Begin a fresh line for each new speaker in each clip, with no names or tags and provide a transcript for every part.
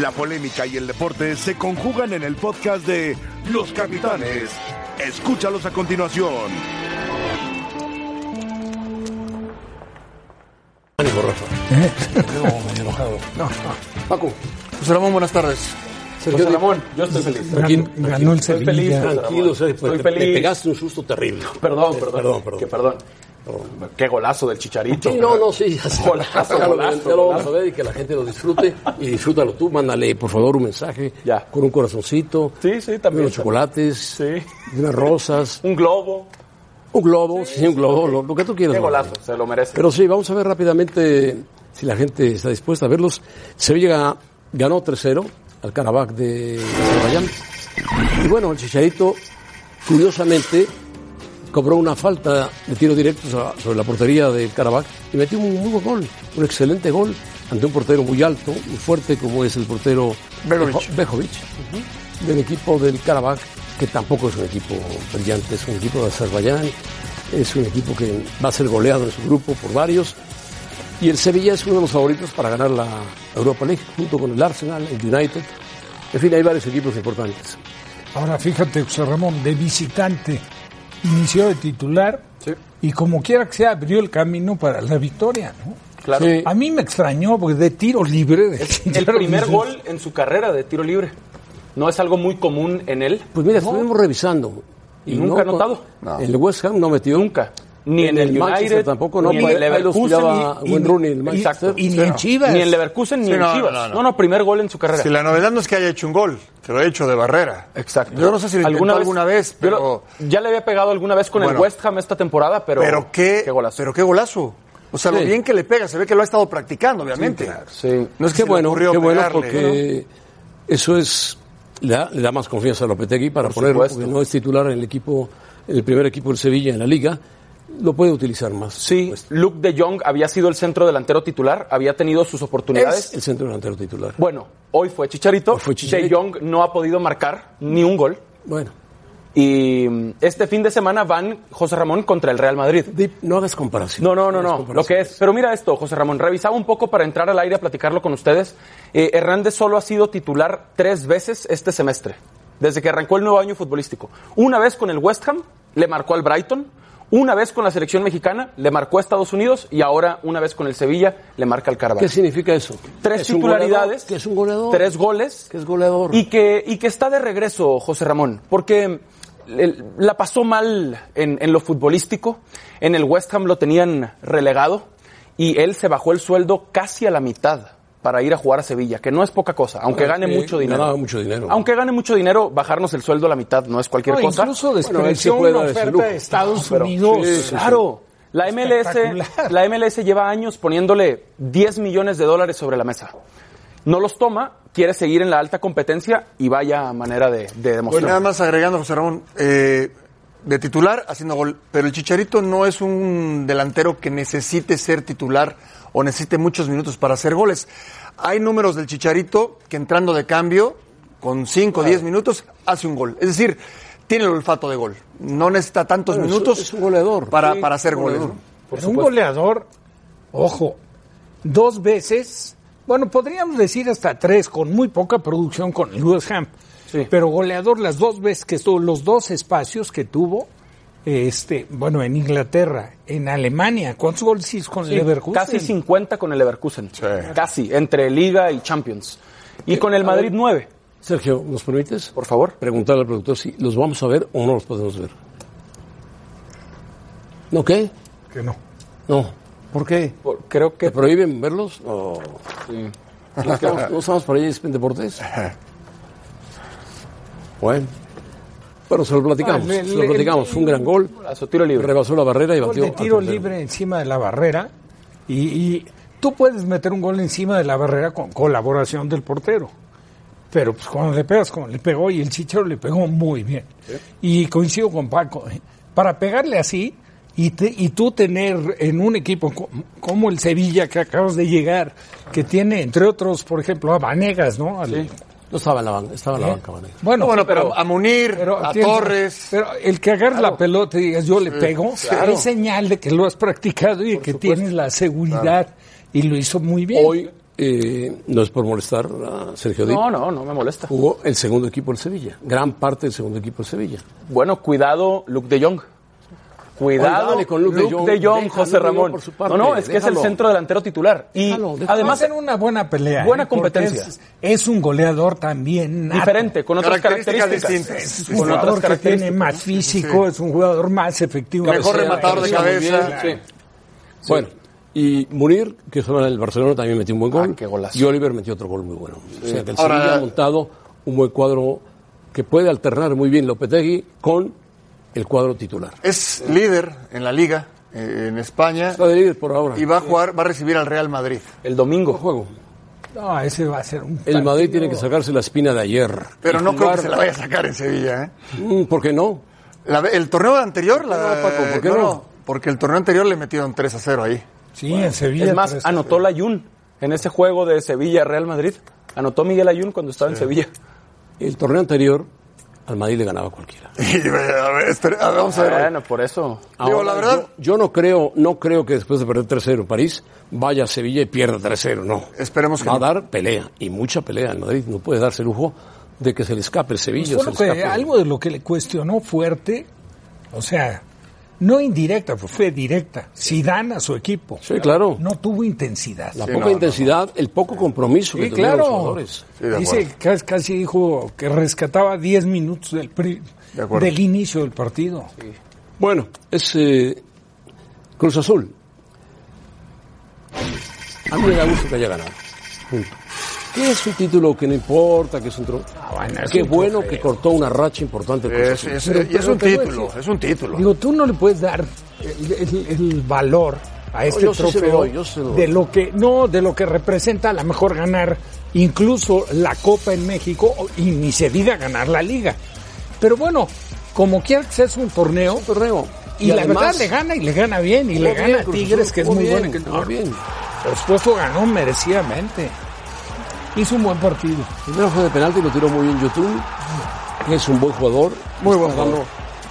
La polémica y el deporte se conjugan en el podcast de Los Capitanes. Escúchalos a continuación.
¿Eh? Paco.
José Ramón, buenas tardes.
Sergio
José Ramón.
Yo estoy feliz.
Tranquilo,
ganó el
Estoy
Sevilla.
feliz.
Tranquilo,
José Ramón.
Sergio,
Estoy
te-
feliz.
te pegaste un susto terrible.
Perdón,
Eh,
perdón.
perdón, perdón.
Que perdón.
Oh.
Qué golazo del chicharito.
Sí, no, no, sí, ya, sé.
Golazo,
Ya lo-
golazo,
ya lo vamos
golazo.
a ver y que la gente lo disfrute. Y disfrútalo tú, mándale por favor un mensaje
Ya.
con un corazoncito,
Sí, sí, también.
unos chocolates,
Sí.
unas rosas,
Un globo.
un globo, sí, un globo, lo, lo que tú quieras.
Qué
mándale.
golazo. Se lo merece.
Pero sí, vamos a ver rápidamente si la gente está dispuesta a verlos. Sevilla ganó 3-0 al Karabakh de Azerbaiyán. Y bueno, el Chicharito, curiosamente, cobró una falta de tiro directo so- sobre la portería del Karabakh y metió un muy buen gol, un excelente gol ante un portero muy alto, muy fuerte, como es el portero
Begovic.
Bejo- Bejovic, del equipo del Karabakh, que tampoco es un equipo brillante, es un equipo de Azerbaiyán, es un equipo que va a ser goleado en su grupo por varios. Y el Sevilla es uno de los favoritos para ganar la Europa League, junto con el Arsenal, el United. En fin, hay varios equipos importantes.
Ahora fíjate, José Ramón, de visitante, inició de titular y como quiera que sea, abrió el camino para la victoria. ¿no?
Claro.
Sí.
A mí me extrañó porque de tiro libre. de
El
Chicharito,
primer
dices,
gol en su carrera de tiro libre. No es algo muy común en él.
Pues mira, estuvimos revisando.
¿Y nunca ha anotado?
No. El West Ham no metió.
Nunca. Ni en, el,
Manchester
United.
tampoco, no.
Ni en el
Ahí los
Leverkusen.
tiraba
y-
buen Rooney, el
y-
Manchester.
y ni en Chivas.
Ni en Leverkusen ni
Sí,
en
no,
Chivas.
no, no.
primer gol en su carrera.
Si la novedad no es que haya hecho un gol, que lo haya hecho de barrera.
Exacto.
Yo no sé si lo intentó alguna vez,
yo
pero,
lo- ya le había pegado alguna vez con el
Bueno.
West Ham esta temporada, pero,
pero, qué,
golazo.
pero qué golazo. O sea, lo
Sí.
bien que le pega, se ve que lo ha estado practicando, obviamente.
Sí.
No es que
qué
se le
bueno,
ocurrió
qué bueno,
pegarle.
porque eso es le da, le da más confianza a Lopetegui para ponerlo,
supuesto.
porque no es titular en el equipo, en el primer equipo del Sevilla en la Liga, lo puede utilizar más.
Sí,
Pues,
Luke de Jong había sido el centro delantero titular, había tenido sus oportunidades.
es el centro delantero titular.
Bueno, hoy fue Chicharito.
Hoy fue Chicharito.
De Jong no ha podido marcar ni un gol.
Bueno,
Y mm, este fin de semana van José Ramón contra el Real Madrid.
Dip, no hagas comparación.
No, no, no,
hagas
no. Lo que es. Pero mira esto, José Ramón. Revisaba un poco para entrar al aire a platicarlo con ustedes. Eh, Hernández solo ha sido titular tres veces este semestre, desde que arrancó el nuevo año futbolístico. Una vez con el West Ham, le marcó al Brighton. Una vez con la selección mexicana, le marcó a Estados Unidos. Y ahora, una vez con el Sevilla, le marca al Carvalho.
¿Qué significa eso?
Tres
¿Es un goleador?
titularidades.
Que es un goleador.
Tres goles.
Que es goleador.
Y que, y que está de regreso, José Ramón, porque el- la pasó mal en, en lo futbolístico. En el West Ham lo tenían relegado y él se bajó el sueldo casi a la mitad para ir a jugar a Sevilla, que no es poca cosa, aunque
Bueno,
gane
Ah, sí,
mucho dinero.
ganaba mucho dinero.
Aunque gane mucho dinero, bajarnos el sueldo a la mitad no es cualquier
No,
cosa.
incluso
él se
despreció
puede
una
dar ese
oferta
lujo.
de Estados
Pero-
Unidos.
Sí, claro. La MLS,
Espectacular.
la MLS lleva años poniéndole 10 millones de dólares sobre la mesa. No los toma, quiere seguir en la alta competencia y vaya manera de, de
Pues
demostrar.
nada más agregando, José Ramón, eh, de titular haciendo gol, pero el Chicharito no es un delantero que necesite ser titular o necesite muchos minutos para hacer goles. Hay números del Chicharito que entrando de cambio, con 5 o 10 minutos, hace un gol. Es decir, tiene el olfato de gol. No necesita tantos
Bueno, es-
minutos
es un goleador.
para,
Sí,
para hacer
un
goles.
goleador.
¿no?
Pero un goleador, ojo, dos veces, bueno, podríamos decir hasta tres, con muy poca producción con el West Ham.
Sí.
Pero goleador las dos veces que estuvo, los dos espacios que tuvo, este, bueno, en Inglaterra, en Alemania, ¿cuántos goles hizo con el Leverkusen?
Casi 50 con el Leverkusen. Casi, entre Liga y Champions. Y con el Madrid 9,
Sergio, ¿nos permites?
por favor.
Preguntarle al productor si los vamos a ver o no los podemos ver. ¿No qué?
Que no.
No. ¿Por qué?
Por- creo que...
¿Te prohíben verlos?
Oh.
¿O
sí.
¿No estamos, no estamos por ahí en deportes? Bueno. Bueno, se lo platicamos.
Ah, le-
se lo
le-
platicamos. Fue un gran gol.
A su tiro libre.
Rebasó la barrera y
Gol
batió.
de
al
tiro
portero.
libre encima de la barrera y, y tú puedes meter un gol encima de la barrera con colaboración del portero. Pero pues cuando le pegas, como le pegó y el Chicharo le pegó muy bien. Y coincido con Paco, ¿eh? para pegarle así y, te- y tú tener en un equipo co- como el Sevilla que acabas de llegar, que tiene entre otros, por ejemplo, a Vanegas, ¿no? Al-
No estaba en la banca. Estaba en la banca, Vanega.
Bueno,
Bueno, pero a Munir, a
tienes-
Torres.
Pero el que agarre la pelota y digas yo le pego, pues es señal de que lo has practicado y de que tienes la seguridad. Y lo hizo muy bien.
Hoy eh, no es por molestar a Sergio Díaz.
No, no, no me molesta.
Jugó el segundo equipo del Sevilla, gran parte del segundo equipo del Sevilla.
Bueno, cuidado Luke de Jong. Cuidado
dale con Luke de Jong.
de Jong,
Deja
José
a Luke de Jong
Ramón.
por su parte,
no, no, es que es el
déjalo.
centro delantero titular. Y
Déjalo, déjalo.
además,
en una buena pelea. ¿eh?
Buena
porque
competencia.
Es, es un goleador también. nato.
diferente, con otras
Características
características.
distintas.
Es
Con
un jugador
otras
que tiene
características.
más físico, es un jugador más efectivo.
Mejor
Sí,
rematador de
sí,
cabeza.
muy bien,
Sí.
Bueno, y Munir, que juega en el Barcelona, también metió un buen gol.
Ah, qué golazo.
y Oliver metió otro gol muy bueno. O sea, que el
Ahora-
Sevilla ha montado un buen cuadro que puede alternar muy bien Lopetegui con el cuadro titular.
Es líder en la liga, eh, en España,
Está de líder por ahora.
y va a jugar, va a recibir al Real Madrid.
El domingo.
juego.
No, ese va a ser un.
El Madrid tiene que sacarse la espina de ayer.
Pero
Y
no creo que
jugar-
se la vaya a sacar en Sevilla, ¿eh?
Mm, ¿Por qué no?
La- el torneo anterior, la,
no, Paco? ¿Por qué no?
porque el torneo anterior le metieron 3 a 0 ahí.
Sí, en Sevilla.
Es más,
tres-
anotó la Jun en ese juego de Sevilla-Real Madrid. Anotó Miguel Ayun cuando estaba en Sevilla.
El torneo anterior al Madrid le ganaba cualquiera.
Y, eh, a ver, espera, a ver, vamos a ver.
Ah,
hoy.
Bueno, por eso.
Digo, la verdad-
yo, yo no creo, no creo que después de perder 3-0 en París vaya a Sevilla y pierda 3-0, no.
Esperemos que
va a
no.
dar pelea y mucha pelea en Madrid, no puede darse lujo de que se le escape el Sevilla, se
Fue lo
le
que-
escape.
algo de lo que le cuestionó fuerte, o sea, no indirecta, pues fue directa. Zidane a su equipo.
Sí, claro.
No tuvo intensidad.
La
Sí,
poca
no, no,
intensidad, el poco compromiso que
Sí,
tuvieron
claro.
los jugadores.
Sí, de
Dice
acuerdo.
que casi, casi dijo que rescataba 10 minutos del, pri-
De acuerdo.
del inicio del partido.
Bueno, es eh, Cruz Azul. A mí me da gusto que haya ganado. Punto. Que es un título que no importa, que es un tro...
Ah,
bueno, es
Qué
un
bueno que cortó una racha importante. el Cruz
Es,
Azul.
es-
Pero-
y es
pero
un
Eh, te voy a
título,
decir-
es un título.
Digo, tú no le puedes dar el, el- el valor a este
yo sí se
trofeo
lo doy, yo se lo doy.
de lo que no de lo que representa a lo mejor ganar incluso la Copa en México o- y ni se diga ganar la Liga. Pero bueno, como quiera que sea es un torneo
Torneo.
y, la
además,
verdad le gana y le gana bien y le
jugó bien
gana a
Cruz Azul,
Tigres que es
jugó
muy
bien,
bueno.
que- jugó bien.
Por supuesto ganó merecidamente. Hizo un buen partido.
Primero fue de penalti, lo tiró muy bien YouTube. Es un buen jugador.
Muy
Está
buen
dando
jugador.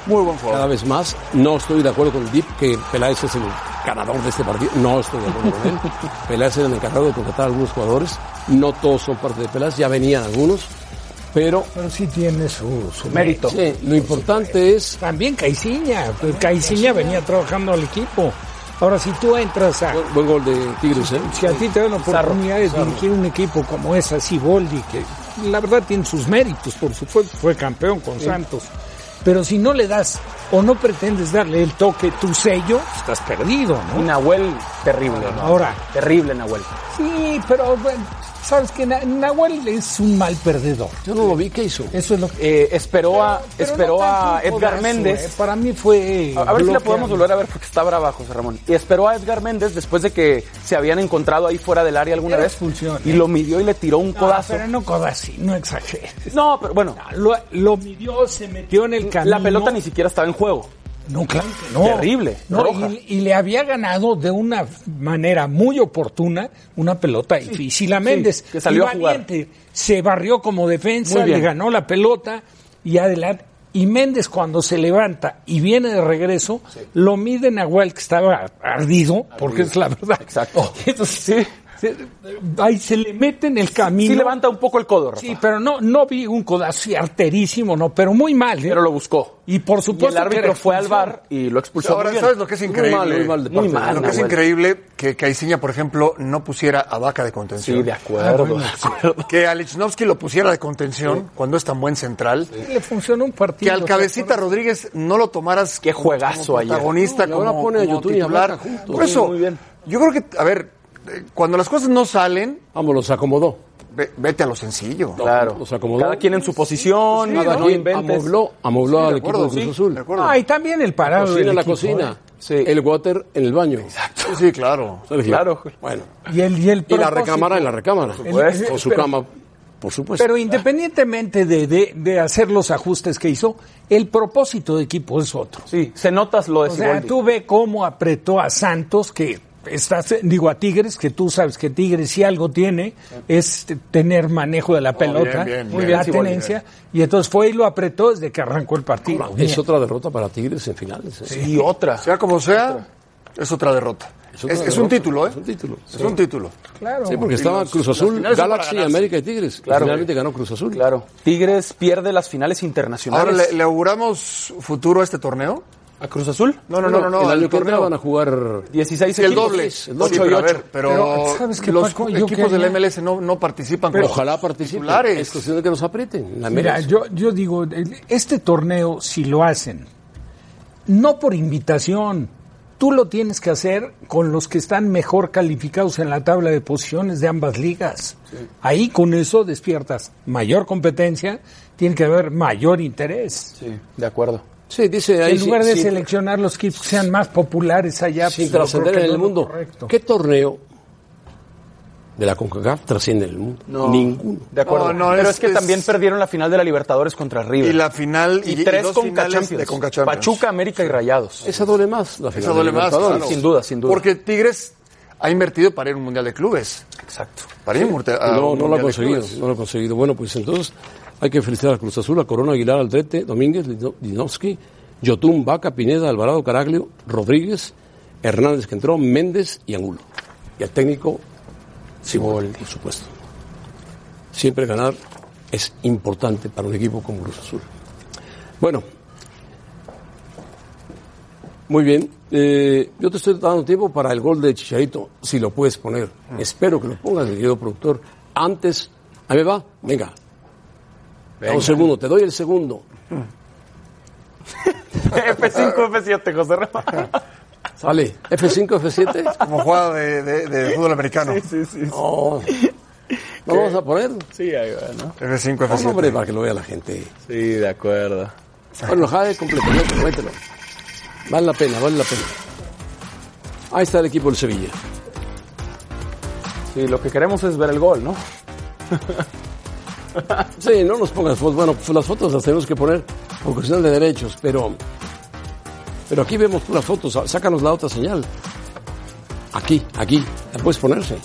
Muy buen jugador.
Cada vez más. No estoy de acuerdo con el DIP que Peláez es el ganador de este partido. No estoy de acuerdo con él. Peláez era el encargado de contratar a algunos jugadores. No todos son parte de Peláez. Ya venían algunos. Pero
Pero sí tiene su, su
Mérito.
sí, lo importante es
También Caiciña, pues Caiciña venía trabajando al equipo. Ahora, si tú entras a...
buen, buen gol de Tigres. ¿eh?
Si a ti te dan la oportunidad de dirigir un equipo como es así, Boldi, que la verdad tiene sus méritos, por supuesto, fue campeón con Santos. Pero si no le das o no pretendes darle el toque, tu sello, estás perdido,
Y
¿no?
Nahuel, terrible. ¿no?
Ahora,
Terrible, Nahuel.
sí, pero bueno, sabes que Na- Nahuel es un mal perdedor.
Yo no lo vi. ¿Qué hizo?
Eso es lo que...
Eh, esperó a,
Pero
esperó
no
a
tanto un
Edgar
codazo, eh,
Méndez.
Para mí fue...
A, a ver si la
bloquear.
podemos volver a ver porque está brava, José Ramón. Y esperó a Edgar Méndez después de que se habían encontrado ahí fuera del área alguna
Era
vez.
expulsión,
Y
eh.
lo midió y le tiró un
No,
codazo.
pero no codazo, no exageres.
No, pero bueno,
Lo, lo midió, se metió en el camino.
la pelota ni siquiera estaba en juego.
No, claro que no.
Terrible,
No,
roja.
y, y le había ganado de una manera muy oportuna una pelota difícil a Méndez.
que salió
Y
a jugar.
valiente, Se barrió como defensa,
Muy bien.
le ganó la pelota y adelante. Y Méndez cuando se levanta y viene de regreso, lo mide Nahuel que estaba ardido, porque es la verdad.
Exacto.
Entonces,
Sí.
se- ahí se le mete en el camino.
Sí levanta un poco el codo, Rafa,
Sí, pero no, no vi un codazo así arterísimo, no, pero muy mal. ¿eh?
pero lo buscó.
Y por
Y
supuesto
el árbitro fue al bar y lo expulsó.
Ahora,
Muy bien.
¿sabes lo que es
Muy
increíble?
mal, muy mal de parte
Muy
de
mal,
lo que es
Nahuel.
increíble que Caiciña, por ejemplo, no pusiera a Vaca de contención.
Sí, de acuerdo.
Ah, bueno,
de acuerdo.
Que a Lichnowsky lo pusiera de contención cuando es tan buen central.
le funcionó un partido.
Que al cabecita Rodríguez no lo tomaras
Qué juegazo
como
ayer.
protagonista,
No, y ahora
como,
pone a
como
Yotun y a
titular.
Vaca juntos.
Por eso,
Muy bien.
yo creo que, a ver, eh, cuando las cosas no salen,
Vamos, los acomodó.
ve- vete a lo sencillo.
Claro.
O sea, como-
Cada quien en su
pues
posición, cada
Cada
quien
quien
inventes.
amobló, amobló al
de
equipo de
acuerdo,
Cruz
sí,
Azul.
de acuerdo.
Ah, y también el parado.
Cocina
del
en la
equipo,
cocina,
Sí.
el water en el baño.
Sí, sí, claro.
Sergio.
Claro.
Bueno.
¿eh? Y el, y el
Y la
propósito.
recámara en la recámara.
supuesto.
O su
Pero-
cama, por supuesto.
Pero independientemente de, de, de hacer los ajustes que hizo, el propósito de equipo es otro.
Sí, se notas lo de
O sea,
Siboldi.
tú ve cómo apretó a Santos, que estás, digo, a Tigres, que tú sabes que Tigres si algo tiene es t- tener manejo de la pelota,
bien,
Oh, bien.
la
Muy bien,
tenencia, y entonces fue y lo apretó desde que arrancó el partido.
Ahora,
Bien.
es otra derrota para Tigres en finales. ¿eh?
Y otra.
Sea como sea, es otra derrota.
Es
Es,
otra
es un
derrota,
título, ¿eh?
es un título.
Es un título.
Claro.
Sí, porque estaba
los-
Cruz
las
Azul,
finales son
Galaxy,
para ganarse.
América y Tigres.
Claro.
Claro. Finalmente ganó Cruz Azul.
Claro. Tigres pierde las finales internacionales.
Ahora, ¿le, le auguramos futuro a este torneo?
¿A Cruz Azul?
No, no, no, no. no,
el
al
año que entra
torneo.
van a jugar
16
Sí, el
equipos,
doble.
el doble.
Sí,
Ocho y
pero a
ocho.
ver, pero,
Pero, ¿sabes qué,
los
Paco? Yo
equipos
quería-
del MLS no, no participan
Pero
con
ojalá
sus
participen.
titulares.
Es cuestión de que nos aprieten. La
Mira,
mera-
yo, yo digo, el- este torneo, si lo hacen, no por invitación, tú lo tienes que hacer con los que están mejor calificados en la tabla de posiciones de ambas ligas. Ahí con eso despiertas mayor competencia, tiene que haber mayor interés.
Sí, de acuerdo.
Sí, dice ahí.
en lugar
sí,
de
sí,
seleccionar los equipos que sean más populares allá,
sin
pues, yo
trascender
creo
en
que
el
no es lo
mundo.
correcto.
¿Qué torneo de la CONCACAF trasciende en el mundo?
No,
Ninguno.
De acuerdo.
No, no,
Pero es,
es-
que
es-
también perdieron la final de la Libertadores contra River.
Y la final
Y
y, y
tres
dos
Conca
finales
Champions.
de Conca Champions.
Pachuca, América y Rayados.
Esa duele más. La final
Esa
de
duele más.
Libertadores.
claro.
Sin duda, sin duda.
Porque Tigres ha invertido para ir a un mundial de clubes.
Exacto.
Para ir a un murte- a
No,
Ah, un
no lo ha
Mundial de
conseguido,
Clubes.
no lo ha conseguido. Bueno, pues entonces hay que felicitar a Cruz Azul, a Corona, Aguilar, Aldrete, Domínguez, Lino- Linovsky, Yotun, Vaca, Pineda, Alvarado, Caraglio, Rodríguez, Hernández que entró, Méndez y Angulo. Y al técnico, Siboldi, por supuesto. Siempre ganar es importante para un equipo como Cruz Azul. Bueno, muy bien. Eh, yo te estoy dando tiempo para el gol de Chicharito, si lo puedes poner.
Ah.
Espero que lo pongas, mi querido productor. Antes, ahí me va, venga. Da Un segundo, te doy el segundo.
F5, F7, José Ramón.
Sale. F5, F7.
Como jugada de, de- de fútbol americano.
No. ¿No vamos a poner?
Sí, ahí va, ¿no?
F5,
No,
F7.
hombre, para que lo vea la gente.
Sí, de acuerdo.
Bueno, Jade, complételo, complételo. Vale la pena, vale la pena. Ahí está el equipo del Sevilla.
Sí, lo que queremos es ver el gol, ¿no?
Sí, no nos pongas fotos. Bueno, pues las fotos las tenemos que poner por cuestión de derechos, pero. Pero aquí vemos puras fotos. Sa- Sácanos la otra señal. Aquí, aquí. La puedes ponerse.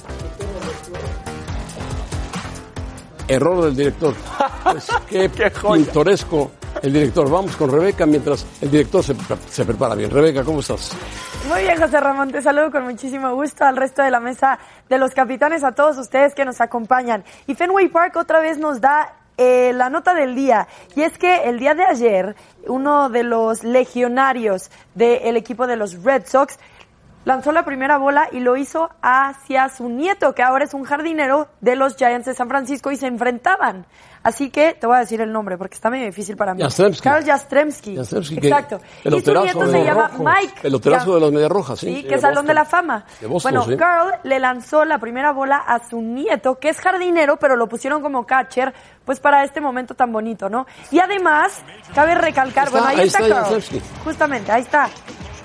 Error del director. Pues, qué,
Qué joya.
pintoresco el director. Vamos con Rebeca mientras el director se, pre- se prepara bien. Rebeca, ¿cómo estás?
Muy bien, José Ramón, te saludo con muchísimo gusto al resto de la mesa de los capitanes, a todos ustedes que nos acompañan. Y Fenway Park otra vez nos da eh, la nota del día. Y es que el día de ayer, uno de los legionarios del equipo de los Red Sox lanzó la primera bola y lo hizo hacia su nieto, que ahora es un jardinero de los Giants de San Francisco y se enfrentaban. Así que te voy a decir el nombre porque está medio difícil para mí.
Yastremski.
Carl Yastremski.
Yastremski, que-
Exacto.
el
y su
oterazo
nieto
de
se
los
llama
rojos.
Mike.
El oterazo
Ya-
de los Mediarrojas, sí.
Sí,
Sí,
que
de
es Salón
Boston.
de la Fama.
De Boston,
bueno,
sí.
Carl le lanzó la primera bola a su nieto, que es jardinero, pero lo pusieron como catcher, pues para este momento tan bonito, ¿no? Y además, cabe recalcar,
Está-
bueno, ahí,
ahí
está,
está
Carl.
Jastrzemski.
Justamente, ahí está.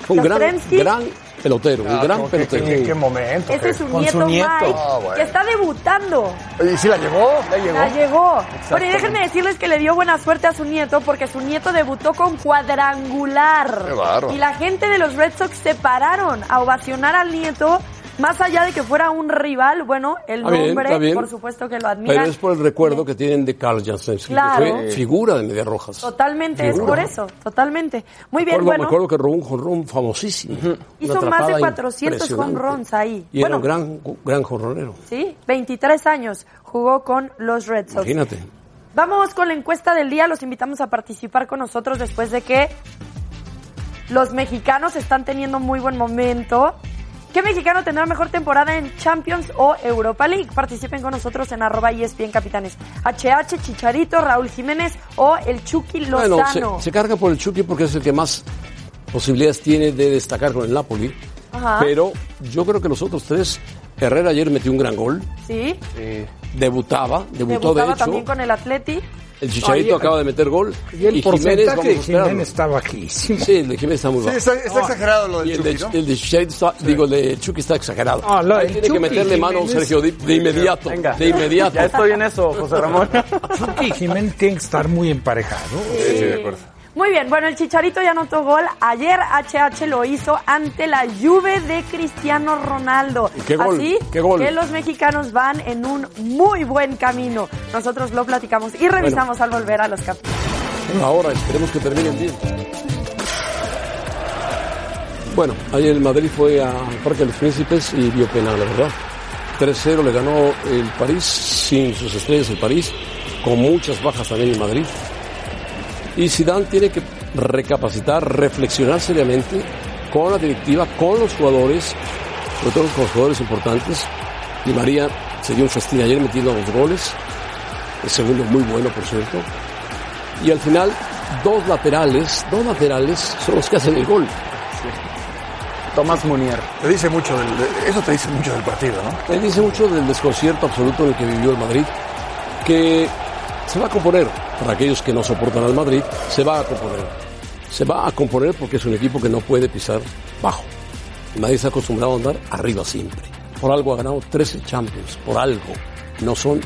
Fue un gran,
Jastrzemski,
gran pelotero. Un
Ah,
gran
no, qué-
pelotero.
qué- qué momento.
Ese
qué-
es su
Con
nieto,
su nieto.
Mike,
Ah, bueno.
que está debutando.
¿Y si la llevó? La llevó.
La llegó. Pero y déjenme decirles que le dio buena suerte a su nieto porque su nieto debutó con cuadrangular.
Qué bárbaro.
Y la gente de los Red Sox se pararon a ovacionar al nieto. Más allá de que fuera un rival, bueno, el
Está bien,
nombre,
está bien.
por supuesto que lo admiran.
Pero es por el recuerdo que tienen de Carl Janssen, que
Claro.
fue figura de Media Rojas.
Totalmente, es por eso, totalmente. Muy bien,
Recuerdo-
bueno.
Me acuerdo que robó un jonrón famosísimo.
Hizo
Una
más de
atrapada
400
impresionante.
jonrones ahí.
Y era
Bueno.
un gran, gran jorronero.
Sí, 23 años jugó con los Red Sox.
Imagínate.
Vamos con la encuesta del día. Los invitamos a participar con nosotros después de que los mexicanos están teniendo muy buen momento. ¿Qué mexicano tendrá mejor temporada en Champions o Europa League? Participen con nosotros en arroba E ESPN Capitanes. HH, Chicharito, Raúl Jiménez o el Chucky Lozano.
Bueno, se, se carga por el Chucky porque es el que más posibilidades tiene de destacar con el Napoli.
Ajá.
Pero yo creo que los otros tres, Herrera ayer metió un gran gol,
Sí,
debutaba, debutó
debutaba
de hecho.
también con el Atleti.
El Chicharito
Oye,
acaba de meter gol.
Y el
Jiménez, vamos a
porcentaje de
esperarlo.
Jiménez está bajísimo.
Sí, el de Jiménez está muy
Sí,
bajo.
está, está exagerado lo
Y
del
el de,
Chucky, ¿no?
el de Shade está- digo, el de Chucky está exagerado.
Ah, la-
Ahí
el
tiene que
Chucky
meterle mano a un
Jiménez.
Sergio Dip de inmediato.
Venga.
De inmediato.
Ya estoy en eso, José Ramón.
Chucky y Jiménez tienen que estar muy emparejados.
Sí, Muy bien, bueno, el Chicharito ya anotó gol. Ayer HH lo hizo ante la Juve de Cristiano Ronaldo.
¿Y qué gol?
Así
¿Qué gol?
que los mexicanos van en un muy buen camino. Nosotros lo platicamos y revisamos al volver a los capítulos.
Ahora esperemos que termine el día. Bueno, ayer el Madrid fue a Parque de los Príncipes y vio penal, la verdad. 3-0 le ganó el París, sin sus estrellas el París, con muchas bajas también en Madrid. Y Zidane tiene que recapacitar, reflexionar seriamente con la directiva, con los jugadores, sobre todo con los jugadores importantes. Y María se dio un festín ayer metiendo dos goles, el segundo muy bueno, por cierto. Y al final, dos laterales, dos laterales son los que hacen el gol.
Tomás Munier.
Te dice mucho del- de- eso te dice mucho del partido, ¿no?
Él dice mucho del desconcierto absoluto en el que vivió el Madrid, que se va a componer. Para aquellos que no soportan al Madrid, se va a componer. Se va a componer porque es un equipo que no puede pisar bajo. El Madrid está acostumbrado a andar arriba siempre. Por algo ha ganado 13 Champions, por algo. No son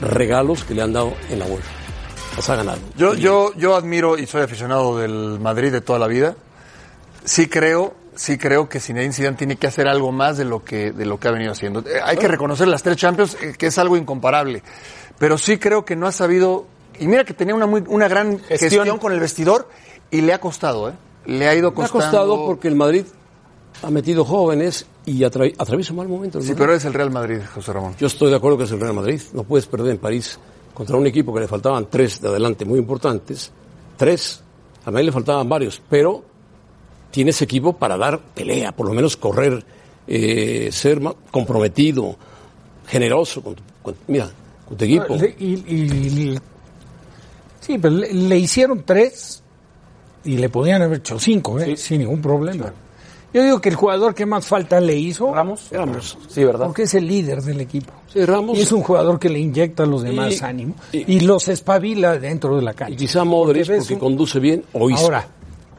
regalos que le han dado en la UEFA. Las ha ganado.
Yo, yo, yo admiro y soy aficionado del Madrid de toda la vida. Sí creo, sí creo que Zinedine Zidane tiene que hacer algo más de lo que, de lo que ha venido haciendo. Eh, hay que reconocer las tres Champions, eh, que es algo incomparable. Pero sí creo que no ha sabido... Y mira que tenía una, muy, una gran gestión. con el vestidor y le ha costado, ¿eh? Le ha ido
Le ha
costando...
costado porque el Madrid ha metido jóvenes y atra- atraviesa un mal momento. el
Sí,
Madrid.
pero es el Real Madrid, José Ramón.
Yo estoy de acuerdo que es el Real Madrid. No puedes perder en París contra un equipo que le faltaban tres de adelante muy importantes. Tres. A Madrid le faltaban varios, pero tiene ese equipo para dar pelea, por lo menos correr, eh, ser ma- comprometido, generoso con tu, con- mira, con tu equipo.
Ah, Le- y- y- y- sí, pero le, le hicieron tres y le podían haber hecho cinco, ¿eh? sin ningún problema. Yo digo que el jugador que más falta le hizo,
Ramos. Ramos. Sí, ¿verdad?
porque es el líder del equipo.
Sí, Ramos.
Y es un jugador que le inyecta a los demás
Y-
ánimo
y-
y, los espabila dentro de la cancha.
Y quizá Modric, porque,
Porque ves un-
conduce bien, o hizo.
Ahora,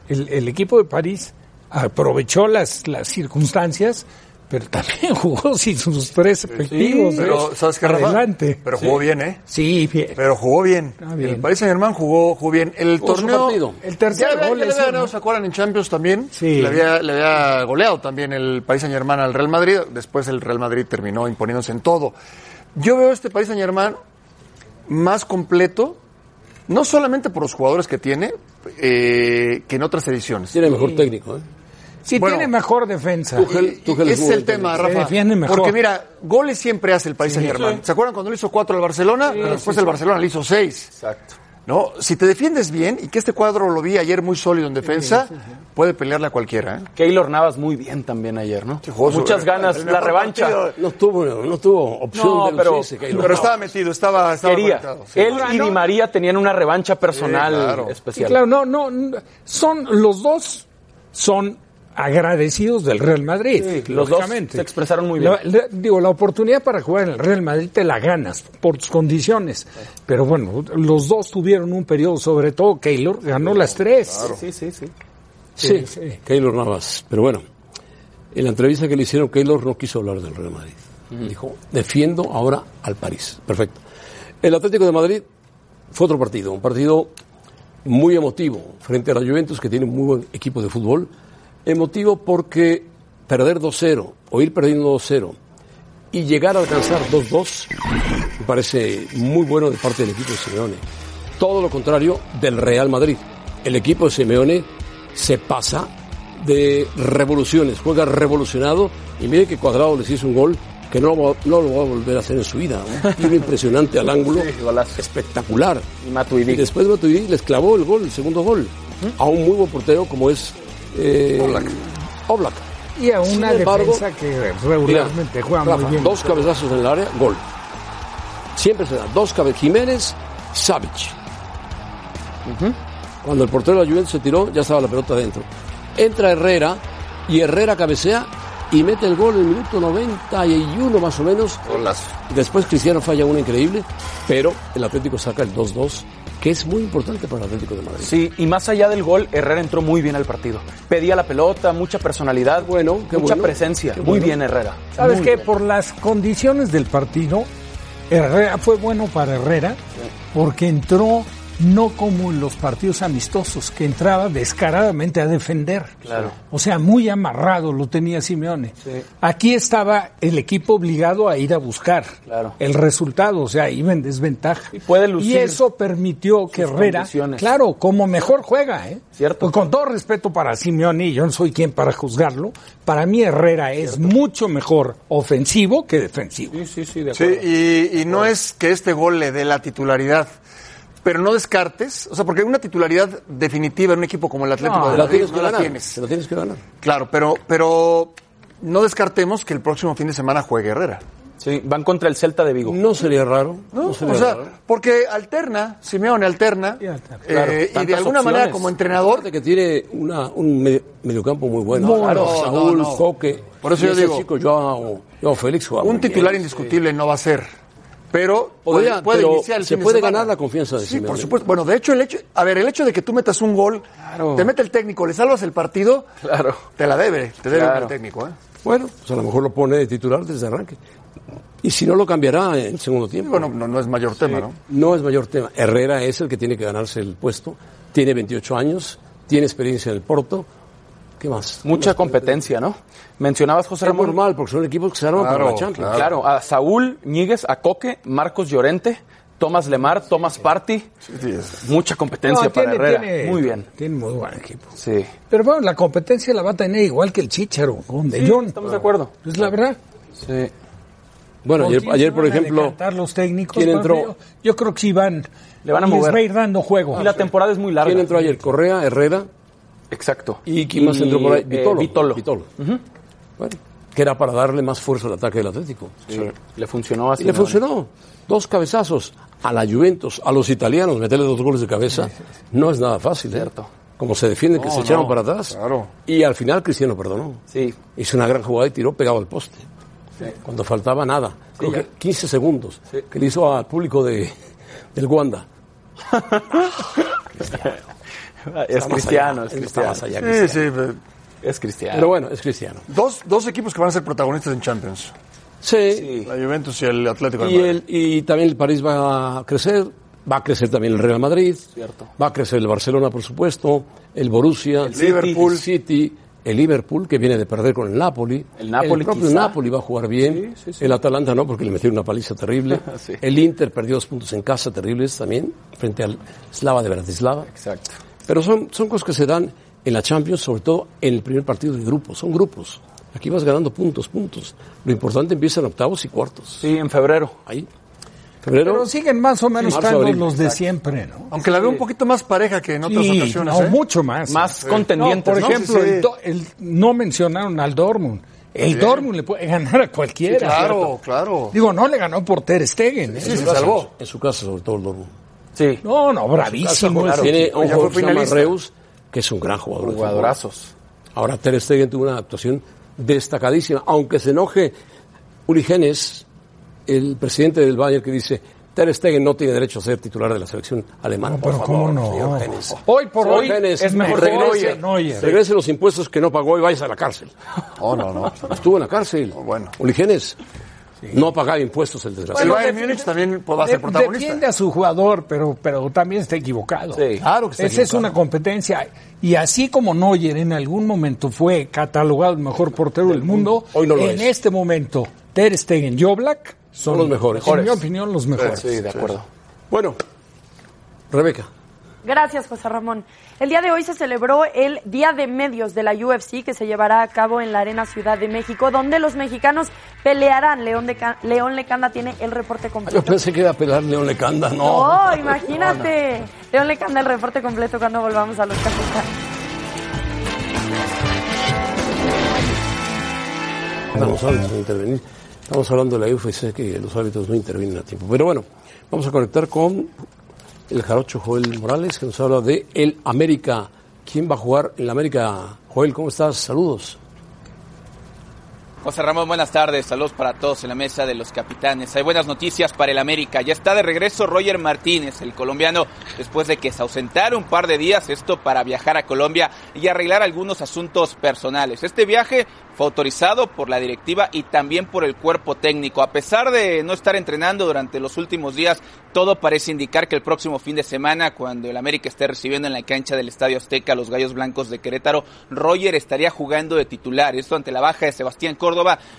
el, el equipo de París aprovechó las, las circunstancias, pero también jugó sin sus tres efectivos.
Pero,
¿eh?
¿sabes qué, Rafa?
Adelante.
Pero jugó bien, ¿eh?
Sí, bien.
Pero jugó bien.
Ah, bien.
El Paris Saint Germain jugó, jugó bien. El
Jugó su
torneo.
partido.
El tercer
ya, había-
gol
ya le
es
había
él,
ganado,
¿no?
¿se acuerdan? En Champions también.
Sí.
Le había, le había goleado también el Paris Saint Germain al Real Madrid. Después el Real Madrid terminó imponiéndose en todo. Yo veo este Paris Saint Germain más completo, no solamente por los jugadores que tiene, eh, que en otras ediciones.
Tiene mejor técnico, ¿eh?
Sí,
Bueno.
tiene mejor defensa.
Tuchel- Tuchel
ese Eh, es
jugó
el
bien
tema,
también. Se
Rafa.
defiende mejor.
Porque mira, goles siempre hace el Paris Saint Germain. ¿Se acuerdan cuando le hizo cuatro al Barcelona? Pero después el Barcelona le hizo seis.
Exacto.
No, si te defiendes bien, y que este cuadro lo vi ayer muy sólido en defensa, puede pelearle a cualquiera. ¿eh?
Keylor Navas muy bien también ayer, ¿no?
jugó su-
Muchas ganas,
eh. el
la
mejor
revancha.
partido.
No tuvo, no tuvo opción
No,
de
pero-
lucirse, Keylor.
Pero estaba metido, estaba, estaba
Quería.
conectado, sí.
Él y Di María tenían una revancha personal
Sí, claro.
Sí,
especial.
claro, no, no, no, son los dos son agradecidos del Real Madrid.
Sí, los dos
lógicamente.
se expresaron muy bien.
La- la- digo, la oportunidad para jugar en el Real Madrid te la ganas por tus condiciones. Pero bueno, los dos tuvieron un periodo, sobre todo Keylor, ganó las tres.
Sí, sí, sí.
Sí,
sí.
Keylor Navas. Pero bueno, en la entrevista que le hicieron, Keylor no quiso hablar del Real Madrid. Dijo, defiendo ahora al París. Perfecto. El Atlético de Madrid fue otro partido, un partido muy emotivo frente a la Juventus, que tiene un muy buen equipo de fútbol. Emotivo porque perder 2-0 o ir perdiendo 2-0 y llegar a alcanzar 2-2 me parece muy bueno de parte del equipo de Simeone. Todo lo contrario del Real Madrid. El equipo de Simeone se pasa de revoluciones, juega revolucionado y mire que Cuadrado les hizo un gol que no, lo va- no lo va a volver a hacer en su vida. Un tiro impresionante al ángulo,
golazo.
espectacular.
Y Matuidi.
Y después Matuidi les clavó el gol, el segundo gol, a un muy buen portero como es eh, Oblak.
Y a una
Sin embargo,
defensa que
Mira,
regularmente juega
Rafa,
muy bien.
Dos cabezazos en el área, gol. Siempre se da. Dos cabezazos. Jiménez, Savic. Cuando el portero de la Juventus se tiró, ya estaba la pelota dentro. Entra Herrera y Herrera cabecea y mete el gol en el minuto 91 más o menos. Después Cristiano falla una increíble, pero el Atlético saca el 2-2, que es muy importante para el Atlético de Madrid.
Sí, y más allá del gol, Herrera entró muy bien al partido. Pedía la pelota, mucha personalidad,
bueno, qué
mucha
bueno,
presencia.
qué
Muy
bueno.
bien, Herrera.
¿Sabes qué? Por las condiciones del partido, Herrera fue bueno para Herrera porque entró no como en los partidos amistosos, que entraba descaradamente a defender.
Claro.
O sea, muy amarrado lo tenía Simeone. Aquí estaba el equipo obligado a ir a buscar
Claro.
el resultado, o sea, iba en desventaja.
Y puede lucir
eso permitió que Herrera,
condiciones.
claro, como mejor juega, ¿eh?
Cierto.
Pues con todo respeto para Simeone, y yo no soy quien para juzgarlo, para mí Herrera es mucho mejor ofensivo que defensivo.
Sí, sí, sí, de
Sí,
acuerdo.
y, y no es que este gol le dé la titularidad, pero no descartes, o sea, porque una titularidad definitiva en un equipo como el Atlético
No,
de
Te la
Madrid
tienes que
no la
ganar.
tienes.
Te la tienes que ganar.
Claro, pero, pero no descartemos que el próximo fin de semana juegue Herrera.
Sí, van contra el Celta de Vigo.
No sería raro.
¿no?
No, sería
o sea,
raro.
porque alterna, Simeone alterna,
Sí, alterna.
eh,
Claro,
y de
tantas
alguna manera
opciones.
como entrenador,
Aparte que tiene una, un medio- mediocampo muy bueno.
No,
Claro,
no,
Saúl,
no, no.
Coque.
Por eso
y
yo
ese
digo-
chico, Joao, Joao Félix juega
un
muy bien.
titular indiscutible no va a ser. Pero puede,
Podría,
puede
eh, pero
iniciar el
se
fin de
puede
semana.
ganar la confianza de
Sí, por
Simeone.
supuesto. Bueno, de hecho, el hecho, a ver, el hecho de que tú metas un gol, te mete el técnico, le salvas el partido,
Claro.
te la debe, te debe
Claro.
el técnico. ¿eh?
Bueno, pues a lo mejor lo pone de titular desde arranque. Y si no, lo cambiará en el segundo tiempo.
Digo, no, no, no es mayor tema, ¿no?
No es mayor tema. Herrera es el que tiene que ganarse el puesto. Tiene 28 años, tiene experiencia en el Porto. ¿Qué más?
Mucha competencia, ¿no? Mencionabas José
Es
Ramón.
normal, porque son equipos que se arman para la Champions.
Claro. a Saúl, Ñíguez, a Coque, Marcos Llorente, Tomás Lemar, Tomás Party. Mucha competencia
No,
para
tiene-
Herrera.
tiene-
Muy bien.
Tiene muy buen equipo.
Sí.
Pero bueno, la competencia la va a tener igual que el Chicharo, con De Jong.
estamos de acuerdo.
Es la verdad.
Sí.
Bueno,
¿Con
ayer,
quién
ayer
se
por
van a
ejemplo,
decantar los técnicos,
¿quién entró?
Pablo? Yo creo que sí van.
Le van a mover.
Les va a ir dando juego.
Y la temporada es muy larga.
¿quién entró ayer? Correa, Herrera
Exacto.
y ¿quién más entró por ahí?
eh,
Vitolo.
Vitolo.
Ujú. Bueno, que era para darle más fuerza al ataque del Atlético.
Sí. Le funcionó así.
Y le funcionó. Dos cabezazos a la Juventus, a los italianos, meterle dos goles de cabeza, no es nada fácil. ¿eh?
Cierto.
Como se defienden que se echaron para atrás.
claro.
Y al final Cristiano perdonó.
Sí.
Hizo una gran jugada y tiró pegado al poste. Cuando faltaba nada. Creo que 15 segundos. Que le hizo al público de, del Wanda.
Es
Está más
cristiano,
allá,
es
él está
cristiano.
más allá,
Sí,
Cristiano.
sí. eh,
Es cristiano.
Pero bueno, es cristiano.
Dos, dos equipos que van a ser protagonistas en Champions.
Sí.
Sí.
La Juventus y el Atlético de
Y,
Madrid.
el, y también el París va a crecer. Va a crecer también el Real Madrid.
Cierto.
Va a crecer el Barcelona, por supuesto. El Borussia. El
Liverpool.
El City. El Liverpool, que viene de perder con el Napoli.
El Napoli,
propio
quizá.
Napoli va a jugar bien. El Atalanta no, porque le metieron una paliza terrible.
Sí.
El Inter perdió dos puntos en casa terribles también, frente al Slava de Bratislava.
Exacto.
Pero son, son cosas que se dan en la Champions, sobre todo en el primer partido de grupo. Son grupos. Aquí vas ganando puntos, puntos. Lo importante empieza en octavos y cuartos.
Sí, en febrero.
Ahí. Febrero.
Pero siguen más o menos
Sí, marzo,
estando
abril.
los de siempre, ¿no?
Aunque la veo un poquito más pareja que en otras
Sí,
ocasiones.
no,
¿eh?
mucho más.
Más
Sí.
contendientes,
No, por
¿no?
ejemplo,
Sí, sí.
el do- el- no mencionaron al Dortmund. El Dortmund le puede ganar a cualquiera.
Claro, claro.
Digo, no le ganó por Ter Stegen. ¿eh?
Sí, se salvó.
En su casa, sobre todo el Dortmund.
Sí.
No, no, bravísimo.
Claro,
ese
tiene
ya
un
fue
jugador que se llama
finalista.
Reus, que es un gran jugador. de
Jugadorazos.
fútbol. Ahora Ter Stegen tuvo una actuación destacadísima. Aunque se enoje Uli Genes, el presidente del Bayern, que dice... Ter Stegen no tiene derecho a ser titular de la selección alemana.
No,
por
pero
favor,
¿cómo no?
señor Genes.
Hoy por
Señor
hoy es mejor
regrese,
Neuer, Neuer.
regrese los impuestos que no pagó y vayas a la cárcel.
No, no, no.
Estuvo en la cárcel.
bueno.
Uli Genes no pagaba impuestos el desgraciado.
el
Bueno,
Bayern
defi-
Múnich también va a
De-
ser protagonista.
Defiende a su jugador, pero, pero también está equivocado.
Sí.
Claro que está
Esa es
equivocado.
una competencia. Y así como Neuer en algún momento fue catalogado el mejor portero del mundo,
Hoy no lo
en
es.
este momento Ter Stegen y Oblak son,
Son los mejores.
En mi opinión, los mejores.
Sí, de acuerdo.
Bueno, Rebeca.
Gracias, José Ramón. El día de hoy se celebró el Día de Medios de la UFC que se llevará a cabo en la Arena Ciudad de México, donde los mexicanos pelearán. León, de Ca- León Lecanda tiene el reporte
Yo
completo.
pensé que iba a pelar León Lecanda, no.
No, imagínate. León Lecanda el reporte completo cuando volvamos a los capitanes.
Estamos árbitros de intervenir. Estamos hablando de la UFC que los árbitros no intervienen a tiempo. Pero bueno, vamos a conectar con el jarocho Joel Morales que nos habla de el América. ¿Quién va a jugar en la América? Joel, ¿cómo estás? Saludos.
José Ramón, buenas tardes. Saludos para todos en la mesa de los capitanes. Hay buenas noticias para el América. Ya está de regreso Roger Martínez, el colombiano, después de que se ausentara un par de días, esto para viajar a Colombia y arreglar algunos asuntos personales. Este viaje fue autorizado por la directiva y también por el cuerpo técnico. A pesar de no estar entrenando durante los últimos días, todo parece indicar que el próximo fin de semana, cuando el América esté recibiendo en la cancha del Estadio Azteca a los Gallos Blancos de Querétaro, Roger estaría jugando de titular. Esto ante la baja de Sebastián Córdoba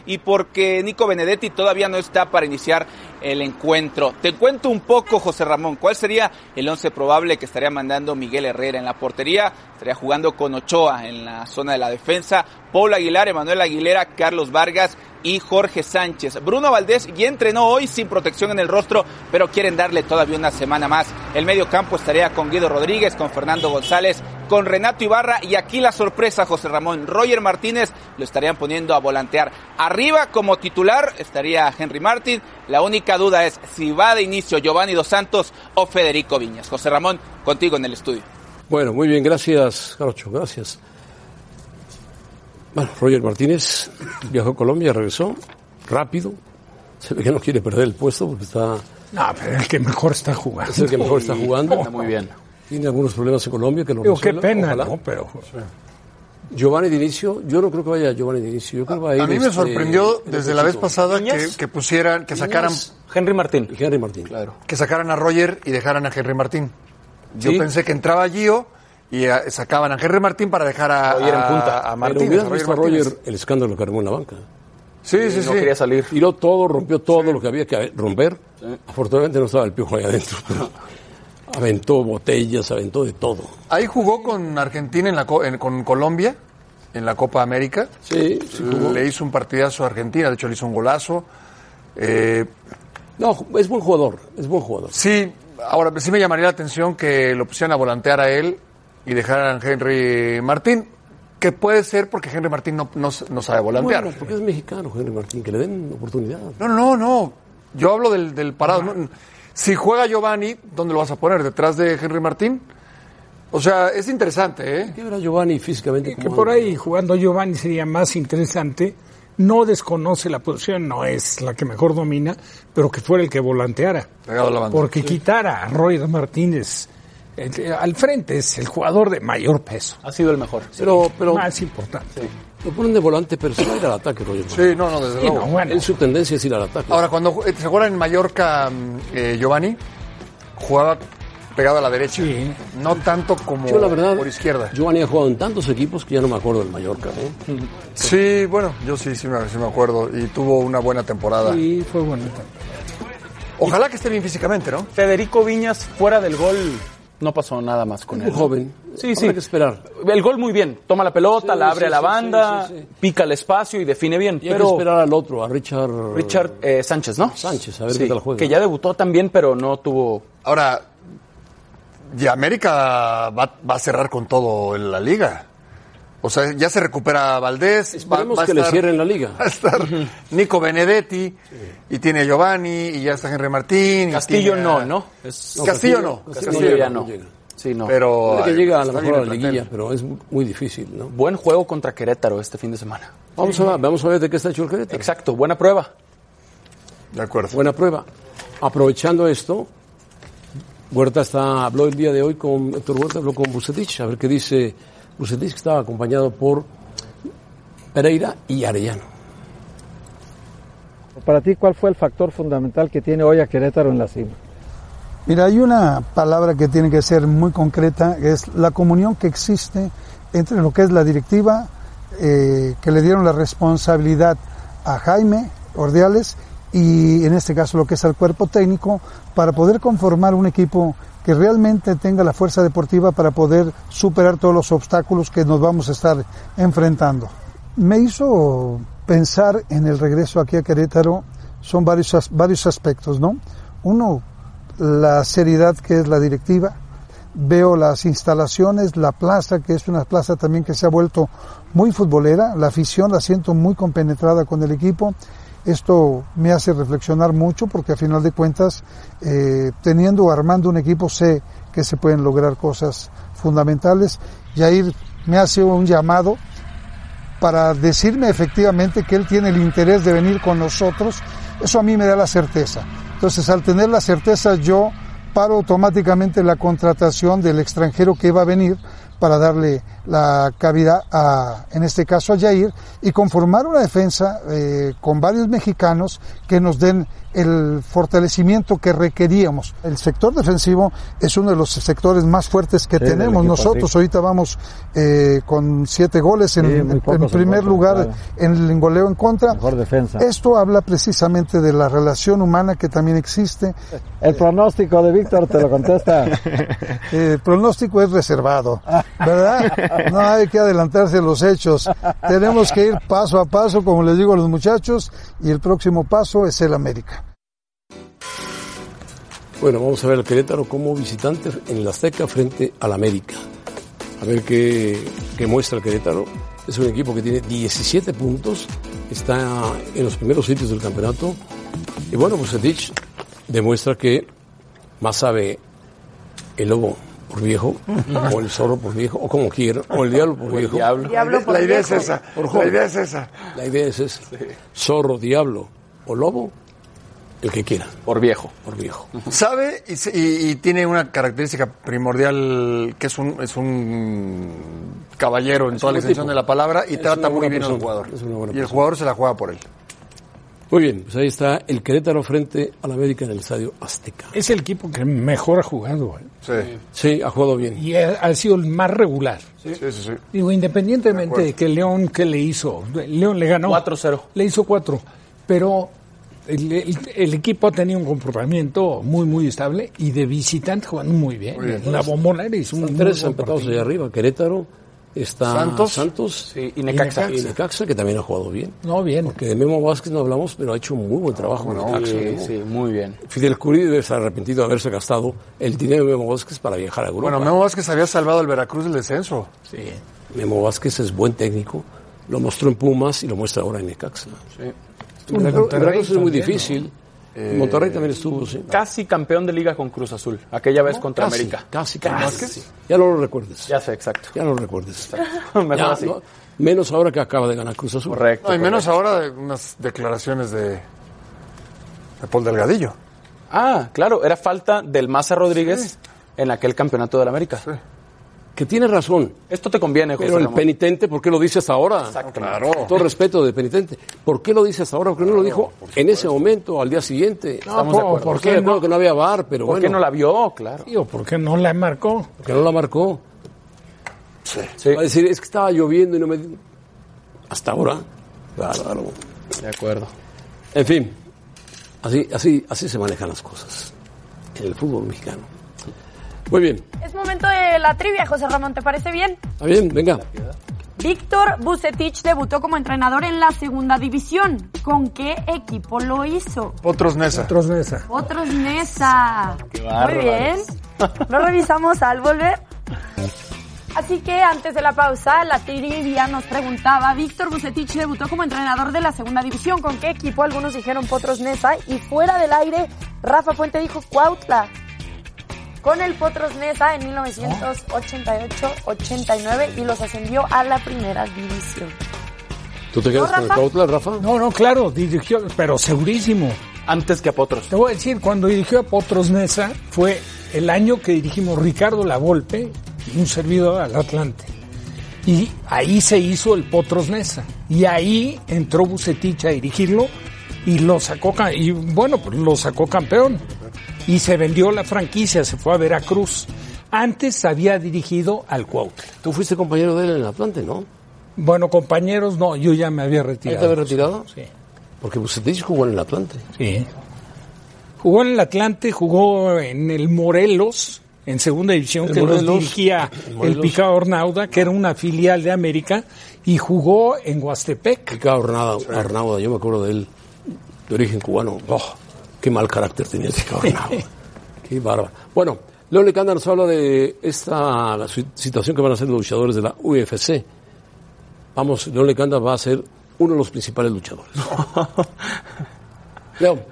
y porque Nico Benedetti todavía no está para iniciar el encuentro. Te cuento un poco, José Ramón, ¿cuál sería el once probable que estaría mandando Miguel Herrera en la portería? Estaría jugando con Ochoa en la zona de la defensa, Paul Aguilar, Emanuel Aguilera, Carlos Vargas, y Jorge Sánchez. Bruno Valdés ya entrenó hoy sin protección en el rostro, pero quieren darle todavía una semana más. El medio campo estaría con Guido Rodríguez, con Fernando González, con Renato Ibarra y aquí la sorpresa, José Ramón. Roger Martínez lo estarían poniendo a volantear. Arriba como titular estaría Henry Martín. La única duda es si va de inicio Giovanni Dos Santos o Federico Viñas. José Ramón, contigo en el estudio.
Bueno, muy bien, gracias, Carocho, gracias. Bueno, Roger Martínez viajó a Colombia, regresó rápido. Se ve que no quiere perder el puesto porque está.
No, pero el que mejor está jugando.
Es el que mejor está jugando.
Está muy bien.
Tiene algunos problemas en Colombia que lo
Digo, qué
resuelva,
pena,
ojalá.
¿no? Pero
Giovanni Dinicio, yo no creo que vaya Giovanni Dinicio. Yo creo que va a ir.
A mí me
este,
sorprendió
el
desde la vez
chico.
pasada que,
Niñez.
que pusieran, que sacaran,
Henry Martín.
Henry Martín.
Claro.
que sacaran a Roger y dejaran a Henry Martín. Yo
Sí.
pensé que entraba Gio y ah, sacaban a Henry Martín para dejar a,
Roger en
a-
punta.
a
Pero
Martínez.
hubieras
a
visto a
Martínez.
Roger el escándalo que armó en la banca.
Sí, sí,
no
sí.
quería salir.
Tiró todo, rompió todo lo que había que romper. Afortunadamente no estaba el piojo ahí adentro. pero aventó botellas, aventó de todo.
Ahí jugó con Argentina, en la, co- en- con Colombia, en la Copa América.
Sí, sí jugó.
Le hizo un partidazo a Argentina, de hecho le hizo un golazo. Eh,
No, es buen jugador, es buen jugador.
sí, ahora sí me llamaría la atención que lo pusieran a volantear a él y dejaran a Henry Martín, que puede ser porque Henry Martín no, no, no sabe volantear.
Bueno, porque es mexicano, Henry Martín, que le den oportunidad.
No, no, no. Yo hablo del, del parado. no. Si juega Giovanni, ¿dónde lo vas a poner? ¿Detrás de Henry Martín? O sea, es interesante, ¿eh?
¿Qué verá Giovanni físicamente?
que
cómo
por
anda?
ahí jugando Giovanni sería más interesante. No desconoce la posición, no es la que mejor domina, pero que fuera el que volanteara.
Pegado a la banda.
Porque quitara a Roger Martínez eh, eh, al frente es el jugador de mayor peso.
Ha sido el mejor.
Pero, pero
Más importante.
lo ponen de volante, pero se va a ir al ataque, Roger.
Sí, no, no, desde
Sí,
luego.
no, bueno.
Él su tendencia es ir al ataque.
Ahora, cuando ju- eh, se juega en Mallorca, mm, eh, Giovanni jugaba pegado a la derecha.
Sí.
No tanto como
yo, la verdad,
por izquierda. Hmm.
Giovanni ha jugado en tantos equipos que ya no me acuerdo del Mallorca. ¿eh?
Sí, bueno, yo sí, sí me, sí me acuerdo. Y tuvo una buena temporada.
Y fue bonito.
Ojalá que esté bien físicamente, ¿no?
Federico Viñas fuera del gol. No pasó nada más con
Un
él.
joven.
Sí,
Habrá
sí.
que esperar.
El gol muy bien. Toma la pelota,
Sí,
la abre
sí,
a la
sí,
banda,
sí, sí, sí.
pica el espacio y define bien.
Y hay que
pero
esperar al otro, a Richard.
Richard eh, Sánchez, ¿no?
Sánchez, a ver qué tal juega.
Que ya debutó también, pero no tuvo.
Ahora, ya América va, va a cerrar con todo en la liga. O sea, ya se recupera Valdés.
Esperemos
va- va a
que le
estar-
cierren la liga.
Va a estar Nico Benedetti, y tiene a Giovanni, y ya está Henry Martín. y
Castillo
tiene a-
no, ¿no? Es-
No, Castillo no.
Castillo
Castillo ya
no
no.
llega.
Sí, no.
Pero.
Puede que
ay,
llega a lo
está
mejor a
bien
la
el
liguilla,
plantel.
pero es muy difícil, ¿no?
Buen juego contra Querétaro este fin de semana.
Vamos a, ver, vamos a ver de qué está hecho el Querétaro.
Exacto, buena prueba.
De acuerdo.
Buena prueba. Aprovechando esto, Huerta está, habló el día de hoy con Héctor Huerta, habló con Bucetich, a ver qué dice Bucetich, que estaba acompañado por Pereira y Arellano.
Para ti, ¿cuál fue el factor fundamental que tiene hoy a Querétaro en la cima?
Mira, hay una palabra que tiene que ser muy concreta, que es la comunión que existe entre lo que es la directiva, eh, que le dieron la responsabilidad a Jaime Ordiales y en este caso lo que es al cuerpo técnico, para poder conformar un equipo que realmente tenga la fuerza deportiva para poder superar todos los obstáculos que nos vamos a estar enfrentando. Me hizo pensar en el regreso aquí a Querétaro, son varios, as- varios aspectos, ¿no? Uno, la seriedad que es la directiva, veo las instalaciones, la plaza, que es una plaza también que se ha vuelto muy futbolera, la afición la siento muy compenetrada con el equipo. Esto me hace reflexionar mucho porque a final de cuentas, eh, teniendo o armando un equipo, sé que se pueden lograr cosas fundamentales. Yair me hace un llamado para decirme efectivamente que él tiene el interés de venir con nosotros, eso a mí me da la certeza. Entonces, al tener la certeza, yo paro automáticamente la contratación del extranjero que va a venir para darle la cabida a, en este caso, a Jair y conformar una defensa eh, con varios mexicanos que nos den el fortalecimiento que requeríamos. El sector defensivo es uno de los sectores más fuertes que
Sí, del
tenemos.
equipo,
Nosotros
sí.
ahorita vamos eh, con siete goles en,
Sí, muy
en
pocos en
primer
contra,
lugar
claro.
en el goleo en contra.
Mejor defensa.
Esto habla precisamente de la relación humana que también existe.
El pronóstico de Víctor te lo contesta.
Eh, El pronóstico es reservado, ¿verdad? No hay que adelantarse a los hechos. Tenemos que ir paso a paso, como les digo a los muchachos, y el próximo paso es el América.
Bueno, vamos a ver al Querétaro como visitante en la Azteca frente al América. A ver qué, qué muestra el Querétaro. Es un equipo que tiene 17 puntos, está en los primeros sitios del campeonato. Y bueno, Bucetich demuestra que más sabe el lobo por viejo, o el zorro por viejo, o como quiera, o el diablo por viejo.
Diablo por
la idea es
viejo.
esa.
Por
La
joven.
idea es esa.
La idea es esa. Zorro, diablo o lobo, el que quiera,
Por viejo.
por viejo.
Sabe y, se- y- y tiene una característica primordial que es un, es un caballero en toda
buen
la extensión
tipo.
de la palabra y
Es
trata
una
muy
buena
bien al
persona,
jugador.
es una buena
Y el
persona.
jugador se la juega por él.
Muy bien, pues ahí está el Querétaro frente al América en el Estadio Azteca.
Es el equipo que mejor ha jugado ¿eh?
Sí,
Sí, ha jugado bien.
y ha, ha sido el más regular.
sí, sí. sí.
Digo, independientemente de, que León, ¿qué le hizo? León le ganó.
4-0.
Le hizo 4. Pero el, el- el equipo ha tenido un comportamiento muy, muy estable y de visitante jugando muy bien. La bombonera hizo un
Son
muy
tres
buen
empatados
partido.
allá arriba. Querétaro, está
Santos.
Santos,
Sí, y Necaxa.
y Necaxa, que también ha jugado bien.
No, bien.
Que de Memo Vázquez no hablamos, pero ha hecho un muy buen trabajo en Necaxa.
Sí,
Memo.
sí, muy bien.
Fidel Curí debe estar arrepentido de haberse gastado el dinero de Memo Vázquez para viajar a Europa.
Bueno, Memo Vázquez había salvado al Veracruz del descenso.
Memo Vázquez es buen técnico, lo mostró en Pumas y lo muestra ahora en Necaxa.
En
Veracruz-
Monterrey
Veracruz es muy
también,
difícil. Monterrey también estuvo, sí.
Casi campeón de liga con Cruz Azul, aquella vez contra
Casi,
América.
Casi, casi. sí. Ya no lo recuerdes.
Ya sé, exacto.
Ya no lo recuerdes.
Mejor
Ya,
así.
no, menos ahora que acaba de ganar Cruz Azul.
Correcto.
No, y menos ahora de unas declaraciones de, de Paul Delgadillo.
Ah, claro, era falta del Maza Rodríguez en aquel campeonato del América.
Que tiene razón.
Esto te conviene, José
Pero el
Ramón.
penitente, ¿por qué lo dice hasta ahora?
Claro.
Con Todo respeto de penitente. ¿Por qué lo dice hasta ahora? Porque no lo dijo en ese momento, al día siguiente.
Estamos de acuerdo.
¿Por qué? que no había bar, pero
¿Por
bueno.
qué no la vio? Claro.
Digo, ¿por qué no la marcó?
porque no la marcó.
Sí,
Pues,
Va a decir, es que estaba lloviendo y no me... di-". Hasta ahora. Bárbaro.
de acuerdo.
En fin, así, así, así se manejan las cosas en el fútbol mexicano. Muy bien,
Es momento de la trivia, José Ramón, ¿te parece bien?
está bien, venga.
Víctor Bucetich debutó como entrenador en la segunda división. ¿Con qué equipo lo hizo?
Otros Nesa.
Otros de esa.
Otros Nesa. Muy bien. Lo revisamos al volver. Así que antes de la pausa, la trivia nos preguntaba, Víctor Bucetich debutó como entrenador de la segunda división, ¿con qué equipo? Algunos dijeron Potros Nesa y fuera del aire, Rafa Puente dijo Cuautla. Con el Potros Nesa en 1988-89 y los ascendió a la primera división.
¿Tú te quedas
No,
con el
Rafa.
Cautla, Rafa?
No, no, claro, dirigió, pero segurísimo.
Antes que a Potros.
Te voy a decir, cuando dirigió a Potros Nesa fue el año que dirigimos Ricardo Lavolpe y un servidor al Atlante. Y ahí se hizo el Potros Nesa. Y ahí entró Bucetich a dirigirlo y lo sacó, ca- y bueno, pues lo sacó campeón. Y se vendió la franquicia, se fue a Veracruz. Antes había dirigido al Cuautla.
Tú fuiste compañero de él en el Atlante, ¿no?
Bueno, compañeros, no, yo ya me había
¿Ya te habías retirado?
retirado. Sí.
Porque pues, Bucetich jugó en el Atlante.
Sí. Jugó en el Atlante, jugó en el Morelos, en segunda división,
El
que los
Morelos.
dirigía
El
el
Morelos.
Pica Hornauda, que era una filial de América, y jugó en Huastepec.
Ricardo Arnauda, Arnauda, yo me acuerdo de él, de origen cubano. Oh, qué mal carácter tenía ese cabrón. qué bárbaro. Bueno, León Lecanda nos habla de esta la si- situación que van a hacer los luchadores de la UFC. Vamos, León Lecanda va a ser uno de los principales luchadores. Leo,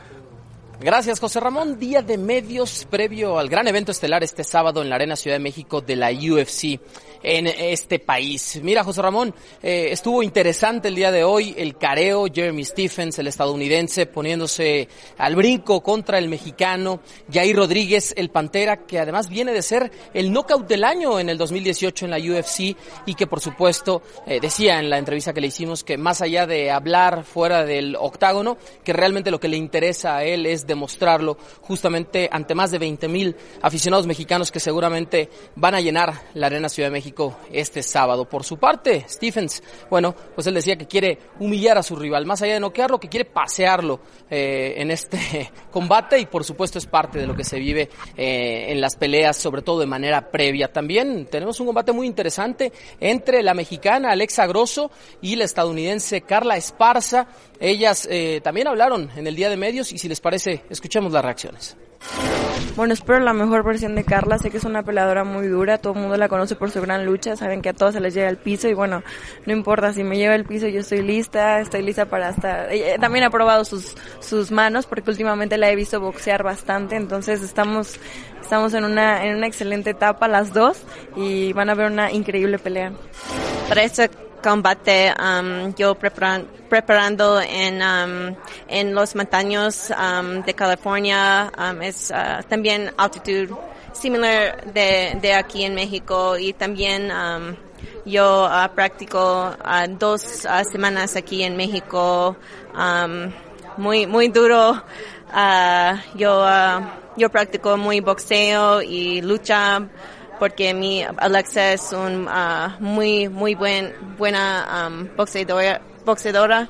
Gracias, José Ramón. Día de medios previo al gran evento estelar este sábado en la Arena Ciudad de México de la UFC en este país. Mira, José Ramón, eh, estuvo interesante el día de hoy el careo, Jeremy Stephens, el estadounidense, poniéndose al brinco contra el mexicano, Jair Rodríguez, el Pantera, que además viene de ser el knockout del año en el 2018 en la UFC y que por supuesto eh, decía en la entrevista que le hicimos que más allá de hablar fuera del octágono, que realmente lo que le interesa a él es demostrarlo justamente ante más de 20 mil aficionados mexicanos que seguramente van a llenar la Arena Ciudad de México este sábado. Por su parte, Stephens, bueno, pues él decía que quiere humillar a su rival, más allá de noquearlo, que quiere pasearlo eh, en este combate y por supuesto es parte de lo que se vive eh, en las peleas, sobre todo de manera previa. También tenemos un combate muy interesante entre la mexicana Alexa Grosso y la estadounidense Carla Esparza. Ellas eh, también hablaron en el Día de Medios y si les parece, escuchemos las reacciones.
Bueno, espero la mejor versión de Carla. Sé que es una peleadora muy dura, todo el mundo la conoce por su gran lucha, saben que a todos se les llega el piso y bueno, no importa si me lleva el piso, yo estoy lista, estoy lista para estar. Ella también ha probado sus sus manos porque últimamente la he visto boxear bastante, entonces estamos estamos en una en una excelente etapa las dos y van a ver una increíble pelea.
Para este combate um, yo preparan, preparando en, um, en los montaños um, de California es uh, también altitud similar de, de, aquí en México y también um, yo uh, practico uh, dos semanas aquí en México um, muy muy duro yo yo practico muy boxeo y lucha porque mi Alexa es un uh, muy muy buen buena um, boxeadora, boxeadora.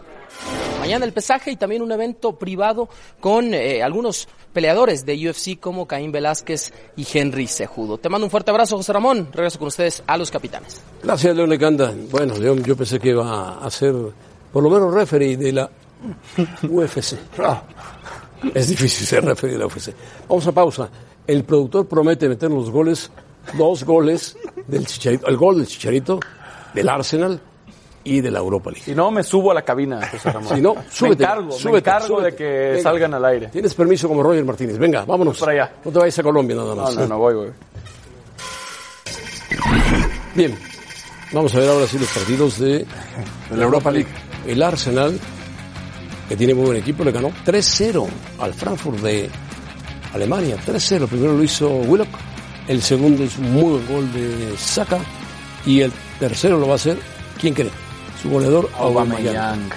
Mañana el pesaje y también un evento privado con eh, algunos peleadores de UFC como Caín Velázquez y Henry Sejudo. Te mando un fuerte abrazo, José Ramón. Regreso con ustedes a los capitanes.
Gracias, León Lecanda. Bueno, yo, yo pensé que iba a ser por lo menos referee de la UFC. es difícil ser referee de la UFC. Vamos a pausa. El productor promete meter los goles dos goles del Chicharito, el gol del Chicharito, del Arsenal y de la Europa League.
Si no, me subo a la cabina, José Ramón.
Si no, súbete,
me encargo,
súbete,
me encargo
súbete.
de que
Venga.
salgan al aire.
Tienes permiso como Roger Martínez. Venga, vámonos.
Por allá.
No te vayas a Colombia nada
No,
más.
no, no, voy, voy.
Bien, vamos a ver ahora sí los partidos de la Europa League. El Arsenal, que tiene muy buen equipo, le ganó 3-0 al Frankfurt de Alemania. 3-0, primero lo hizo Willock, el segundo es un muy buen gol de Saka y el tercero lo va a hacer, ¿quién cree? Su goleador, Aubameyang.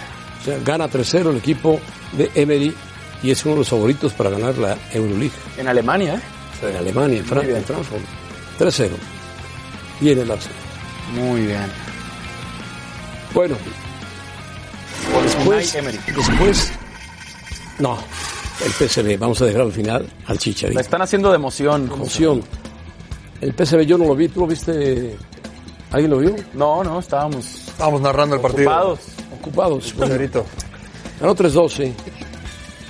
O sea, gana 3-0 el equipo de Emery y es uno de los favoritos para ganar la Euroleague
En Alemania, ¿eh?
en Alemania, en, Fran-
Muy bien.
en Frankfurt. 3-0. Y en el Arsenal.
Muy bien.
Bueno, después, después, no, el PSV, vamos a dejar al final al
La
Chicharito.
están haciendo de emoción.
Conmoción. El PSV yo no lo vi, ¿tú lo viste? ¿Alguien lo vio?
No, no, estábamos
Estábamos narrando el partido.
ocupados.
Ocupados. bueno.
Señorito.
Ganó 3-2, sí.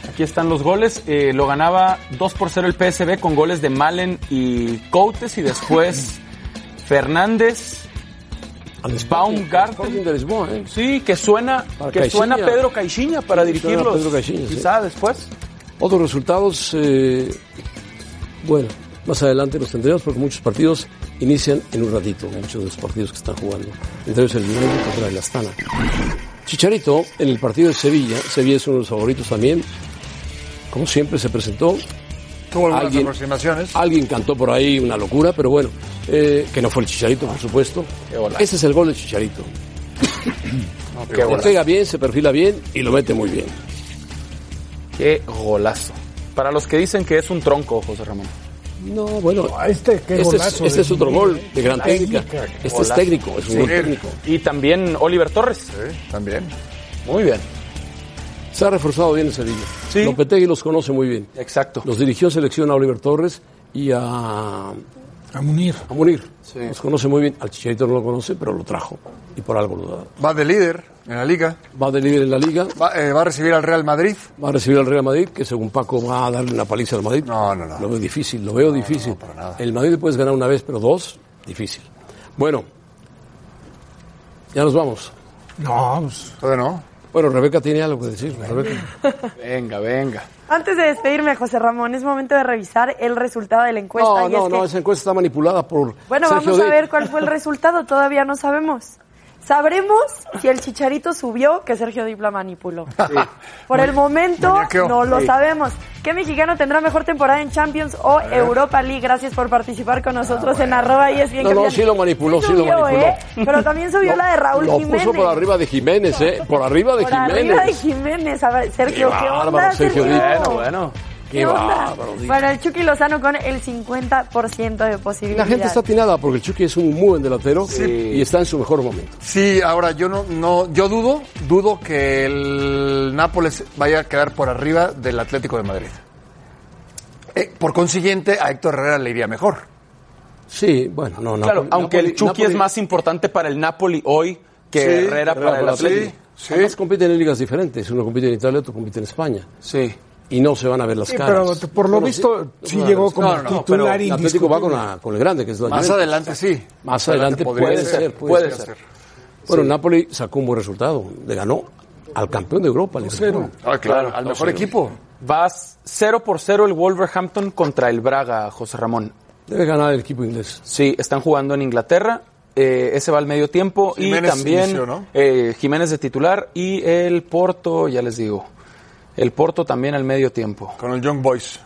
Aquí están los goles. Eh, lo ganaba 2 por 0 el PSB con goles de Malen y Coutes y después Fernández.
Al
Baumgarten.
Sporting de Lisboa, ¿eh?
Sí, que suena,
Para
que suena
Caixinha.
Pedro Caixinha para
Sí, suena
dirigirlos.
Pedro Caixinha, sí.
Quizá después.
Otros resultados, eh, bueno, más adelante los tendremos porque muchos partidos inician en un ratito, muchos de los partidos que están jugando. Entre ellos el United contra el Astana. Chicharito, en el partido de Sevilla, Sevilla es uno de los favoritos también. Como siempre se presentó,
Tuvo algunas
Alguien-
aproximaciones.
alguien cantó por ahí una locura, pero bueno, eh, que no fue el Chicharito, por supuesto. Ese es el gol del Chicharito.
qué,
Le
golazo.
pega bien, se perfila bien y lo mete muy bien.
Qué golazo. Para los que dicen que es un tronco, José Ramón.
No, bueno,
Este,
Este,
qué
es,
golazo
este
de
es otro
Jiménez,
gol de gran técnica.
técnica.
Este es
Golazo.
técnico, es un gol técnico.
Y también Oliver Torres.
También.
Muy bien.
Se ha reforzado bien el Sevilla.
Sí.
Lopetegui los conoce muy bien.
Exacto.
Los dirigió en selección a Oliver Torres y a, a
A Munir.
Munir. Los conoce muy bien. Al Chicharito no lo conoce, pero lo trajo. Y por algo lo da.
Va de líder en la liga.
Va de líder en la liga.
Va, eh, va a recibir al Real Madrid.
Va a recibir al Real Madrid, que según Paco va a darle una paliza al Madrid.
No, no, no.
Lo veo difícil, lo veo difícil. El Madrid le puedes ganar una vez, pero dos, difícil. Bueno, ya nos vamos.
No, pues,
Todavía no.
Bueno, Rebeca tiene algo que decir. Rebeca.
Venga, venga.
Antes de despedirme, José Ramón, es momento de revisar el resultado de la encuesta.
No,
y
no,
es
no,
que-
esa encuesta está manipulada por.
Bueno,
Sergio
vamos a
Di.
ver cuál fue el resultado, todavía no sabemos. Sabremos si el chicharito subió que Sergio Dipla manipuló. Por el momento
Muñequeo.
no lo
Sí.
sabemos. ¿Qué mexicano tendrá mejor temporada en Champions o
ver.
Europa League? Gracias por participar con nosotros en arroba y es bien ¿eh?
No, no, sí lo manipuló, sí lo manipuló.
Pero también subió
No,
la de Raúl
Lo
Jiménez.
puso por arriba de Jiménez, ¿eh? Por arriba de
Por
Jiménez.
arriba de Jiménez. A ver, Sergio, ¿qué,
bárbaro,
onda, Sergio?
Sergio Di. Bueno, bueno. Qué
¿Qué onda?
bárbaro, Di.
Bueno, el Chucky Lozano con el 50% de posibilidad.
La gente está atinada porque el Chucky es un muy buen delantero
Sí.
y está en su mejor momento.
Sí, ahora yo no, no, yo dudo, dudo que el Nápoles vaya a quedar por arriba del Atlético de Madrid. Eh, por consiguiente, a Héctor Herrera le iría mejor.
Sí, bueno, no,
Claro, aunque el Chucky es más importante para el Napoli hoy que Herrera para el Atlético.
Ambas compiten en ligas diferentes. Uno compite en Italia, otro compite en España.
Sí.
Y no se van a ver las
Sí,
caras.
pero por lo visto, sí
no,
llegó
no,
como
no, no,
titular
pero el Atlético va con,
indiscutible.
la- con el grande, que es la
Más
Juventus.
adelante sí.
Más adelante
podría
puede ser, puede ser. Bueno, el Napoli sacó un buen resultado. Le ganó al campeón de Europa. le ganó.
Ah, Claro, sí. Vas 0 por 0 el Wolverhampton contra el Braga, José Ramón.
Debe ganar el equipo inglés.
Sí, están jugando en Inglaterra. eh, ese va al medio tiempo.
Jiménez
y también
inició, ¿no?
eh, Jiménez de titular y el Porto, ya les digo. El Porto también al medio tiempo.
Con el Young Boys.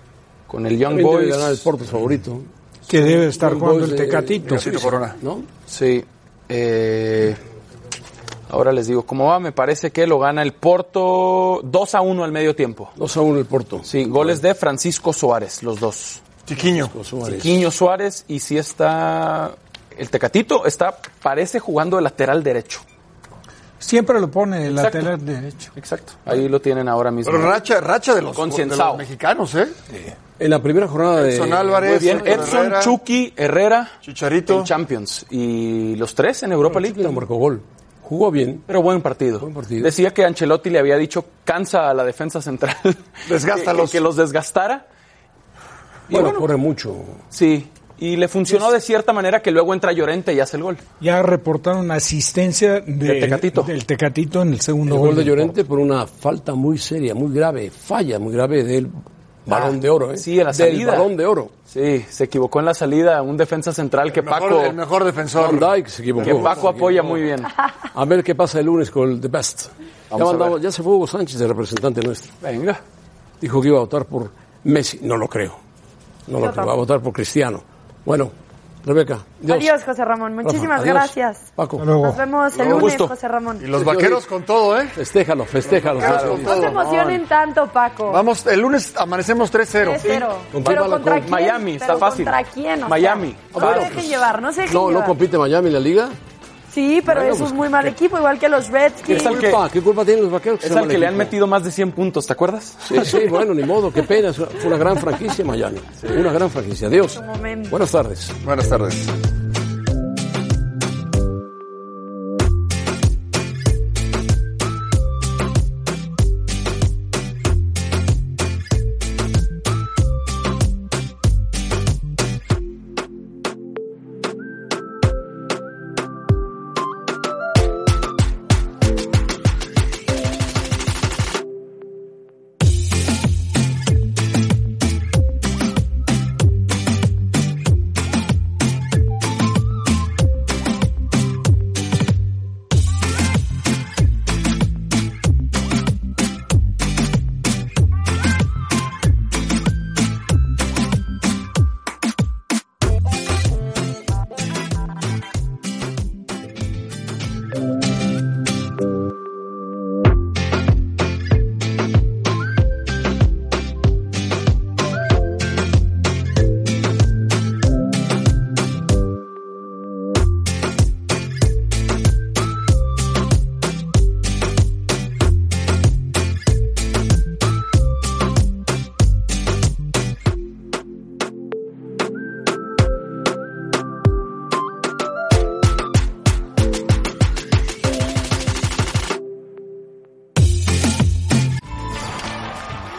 Con el Young
También debe
Boys.
ganar el Porto favorito.
Que debe estar
Young
jugando
Boys
el
de-
Tecatito.
Tecatito Corona. ¿No?
Sí. eh, ahora les digo cómo va. Me parece que lo gana el Porto 2 a 1 al medio tiempo.
2 a 1 el Porto.
Sí, goles de Francisco Suárez, los dos.
Chiquiño.
Suárez.
Chiquiño Suárez y sí está. El Tecatito está, parece jugando de lateral derecho.
Siempre lo pone el
Exacto.
lateral derecho.
Exacto. Ahí lo tienen ahora mismo.
Pero racha, racha de los, de
Concienzao.
los mexicanos, ¿eh?
En la primera jornada de.
Edson Álvarez,
Muy bien,
Héctor
Edson,
Herrera.
Chucky, Herrera.
Chicharito.
En Champions. Y los tres en Europa League.
no marcó gol. Jugó bien.
Pero buen partido. Decía que Ancelotti le había dicho cansa a la defensa central.
Desgástalos.
que, que los desgastara. Y
Bueno,
bueno,
corre mucho.
sí. Y le funcionó de cierta manera que luego entra Llorente y hace el gol.
Ya reportaron asistencia de-
Del Tecatito.
del Tecatito en el segundo
El gol de
del
Llorente por una falta muy seria, muy grave, falla muy grave del balón de oro. ¿eh?
Ah. Sí, en la
Del
salida.
balón de oro.
Sí, se equivocó en la salida. Un defensa central que
Mejor-
Paco.
el mejor defensor.
Van Dijk se equivocó.
Que Paco apoya muy bien.
A ver qué pasa el lunes con el The Best. Ya,
Vamos a
mandamos-
ver.
ya se fue Hugo Sánchez, el representante nuestro.
Venga.
Dijo que iba a votar por Messi. No lo creo. No lo
Yo
creo. Va a votar por Cristiano. Bueno, Rebeca. Dios.
Adiós, José Ramón.
Rafa,
Muchísimas
adiós.
gracias.
Paco.
Nos vemos el
Un
lunes,
gusto.
José Ramón.
Los vaqueros con todo, ¿eh?
Festéjalo, festéjalo.
Vaqueros
festéjalo.
con
No
todo.
se emocionen tanto, Paco.
Vamos, el lunes amanecemos 3-0.
3-0.
Con
Pero
Tigres.
contra quién?
Miami,
Pero
está fácil.
¿Contra quién? O sea,
Miami.
no
Claro,
se dejen llevar, no se dejen
No, no
llevar.
compite Miami en la liga.
sí, pero
Bueno,
es
pues,
un muy mal equipo, igual que los Redskins.
Es al que,
¿Qué culpa tienen los vaqueros?
es
sean
al que
mal
le han
equipo?
metido más de 100 puntos, ¿te acuerdas?
Sí, sí, bueno, ni modo, qué pena. es una- Fue una gran franquicia Miami. Una gran franquicia. Adiós.
momento.
Buenas tardes.
Buenas tardes.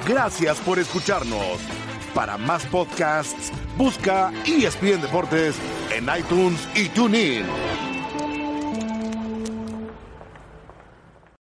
Gracias por escucharnos. Para más podcasts, busca ESPN Deportes en iTunes y TuneIn.